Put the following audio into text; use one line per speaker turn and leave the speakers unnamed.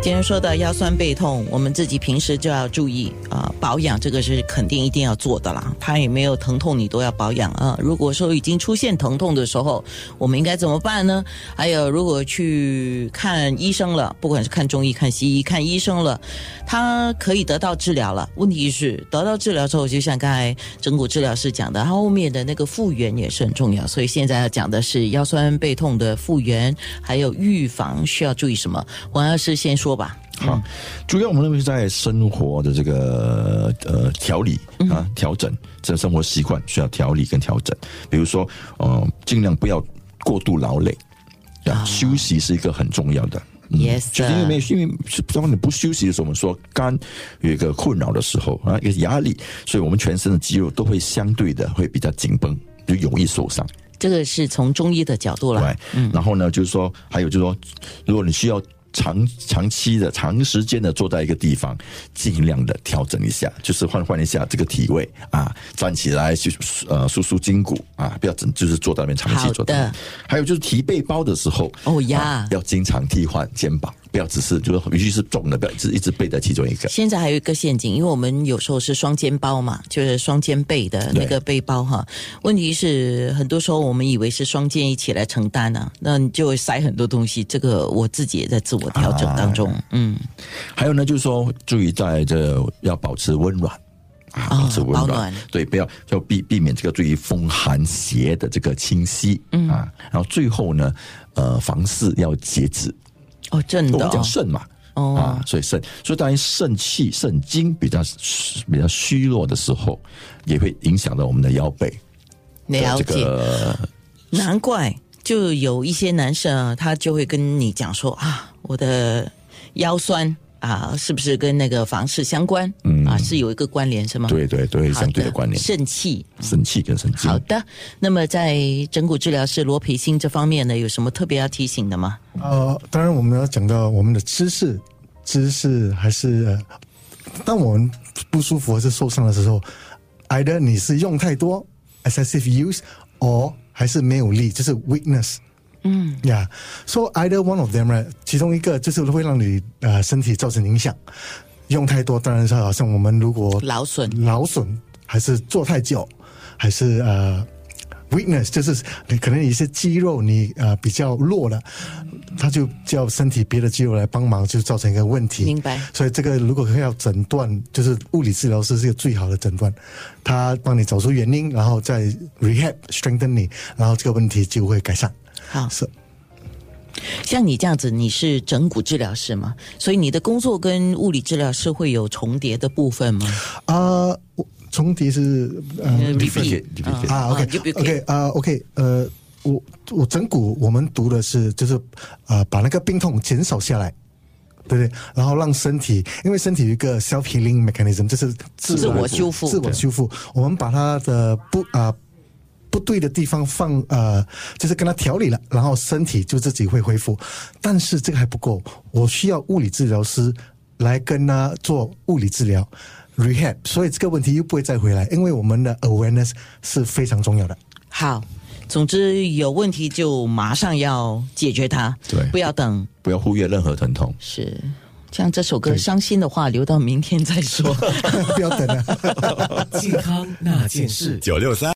今天说的腰酸背痛，我们自己平时就要注意啊、呃保养这个是肯定一定要做的啦。它有没有疼痛，你都要保养啊、如果说已经出现疼痛的时候，我们应该怎么办呢？还有，如果去看医生了，不管是看中医、看西医、看医生了，他可以得到治疗了。问题是，得到治疗之后，就像刚才整骨治疗师讲的，它后面的那个复原也是很重要。所以现在要讲的是腰酸背痛的复原，还有预防需要注意什么。黄药师先说吧。
好，主要我们认为是在生活的这个呃调理啊调整，这生活习惯需要调理跟调整。比如说，呃，尽量不要过度劳累，啊，休息是一个很重要的。
Yes，
就是因为没有，因为是当你不休息的时候，我们说肝有一个困扰的时候啊，一个压力，所以我们全身的肌肉都会相对的会比较紧绷，就容易受伤。
这个是从中医的角度来嗯
对，然后呢，就是说，还有就是说，如果你需要长长期的、长时间的坐在一个地方，尽量的调整一下，就是换换一下这个体位啊，站起来去呃舒舒筋骨啊，不要整就是坐在那边长期
好
坐在那边
的
还有就是提背包的时候，
哦呀
啊要经常替换肩膀，不要只是就是尤其是重的，不要一直一直背在其中一 个。
现在还有一个陷阱，因为我们有时候是双肩包嘛，就是双肩背的那个背包哈。问题是，很多时候我们以为是双肩一起来承担啊，那你就会塞很多东西。这个我自己也在自我调整当中，
啊
嗯，
还有呢，就是说注意在这要保持温暖。啊，保持温暖，
哦保暖
对，不要就避避免这个对于风寒邪的这个侵袭、嗯、啊。然后最后呢，呃，房事要节制。
哦，真的
我们
哦
讲，肾嘛，
哦
啊，所以肾，所以当然肾气、肾精比较比较虚弱的时候，也会影响到我们的腰背的
了
这
解。
个
难怪就有一些男生啊，他就会跟你讲说啊，我的腰酸啊，是不是跟那个房事相关？嗯啊，是有一个关联是吗？
对对
好
对
的，
相对的关联，
肾气
肾气跟肾精
好。的，那么在整骨治疗师罗培新这方面呢，有什么特别要提醒的吗？
呃，当然我们要讲到我们的姿势，姿势还是，呃当我们不舒服还是受伤的时候，either 你是用太多 excessive use，or 还是没有力，就是 weakness。嗯，Yeah，so either one of them right，其中一个就是会让你呃身体造成影响，用太多当然是好像我们如果
劳损
劳损，还是坐太久，还是呃 weakness，就是你可能有一些肌肉你呃比较弱了，它就叫身体别的肌肉来帮忙，就造成一个问题。
明白
所以这个如果要诊断，就是物理治疗师是一个最好的诊断，他帮你找出原因，然后再 rehab strengthen 你，然后这个问题就会改善。
好，
是。
像你这样子，你是整骨治疗师吗？所以你的工作跟物理治疗师会有重叠的部分吗？
啊、我重提是呃
嗯
Duplicate，
repeat，
duplicate
啊，OK
就
OK 啊，OK 呃，我我整骨我们读的是就是呃把那个病痛减少下来。对不对？然后让身体，因为身体有一个 self healing mechanism，就是自
自
然
我修复
自我修复。我们把它的不啊、不对的地方放呃，就是跟它调理了，然后身体就自己会恢复。但是这个还不够，我需要物理治疗师来跟他做物理治疗 rehab，所以这个问题又不会再回来，因为我们的 awareness 是非常重要的。
好，总之有问题就马上要解决它，
对
不要等。
不要忽略任何疼痛。
是，像这首歌伤心的话留到明天再说。
不要等了。啊
健康那件事。
九六三。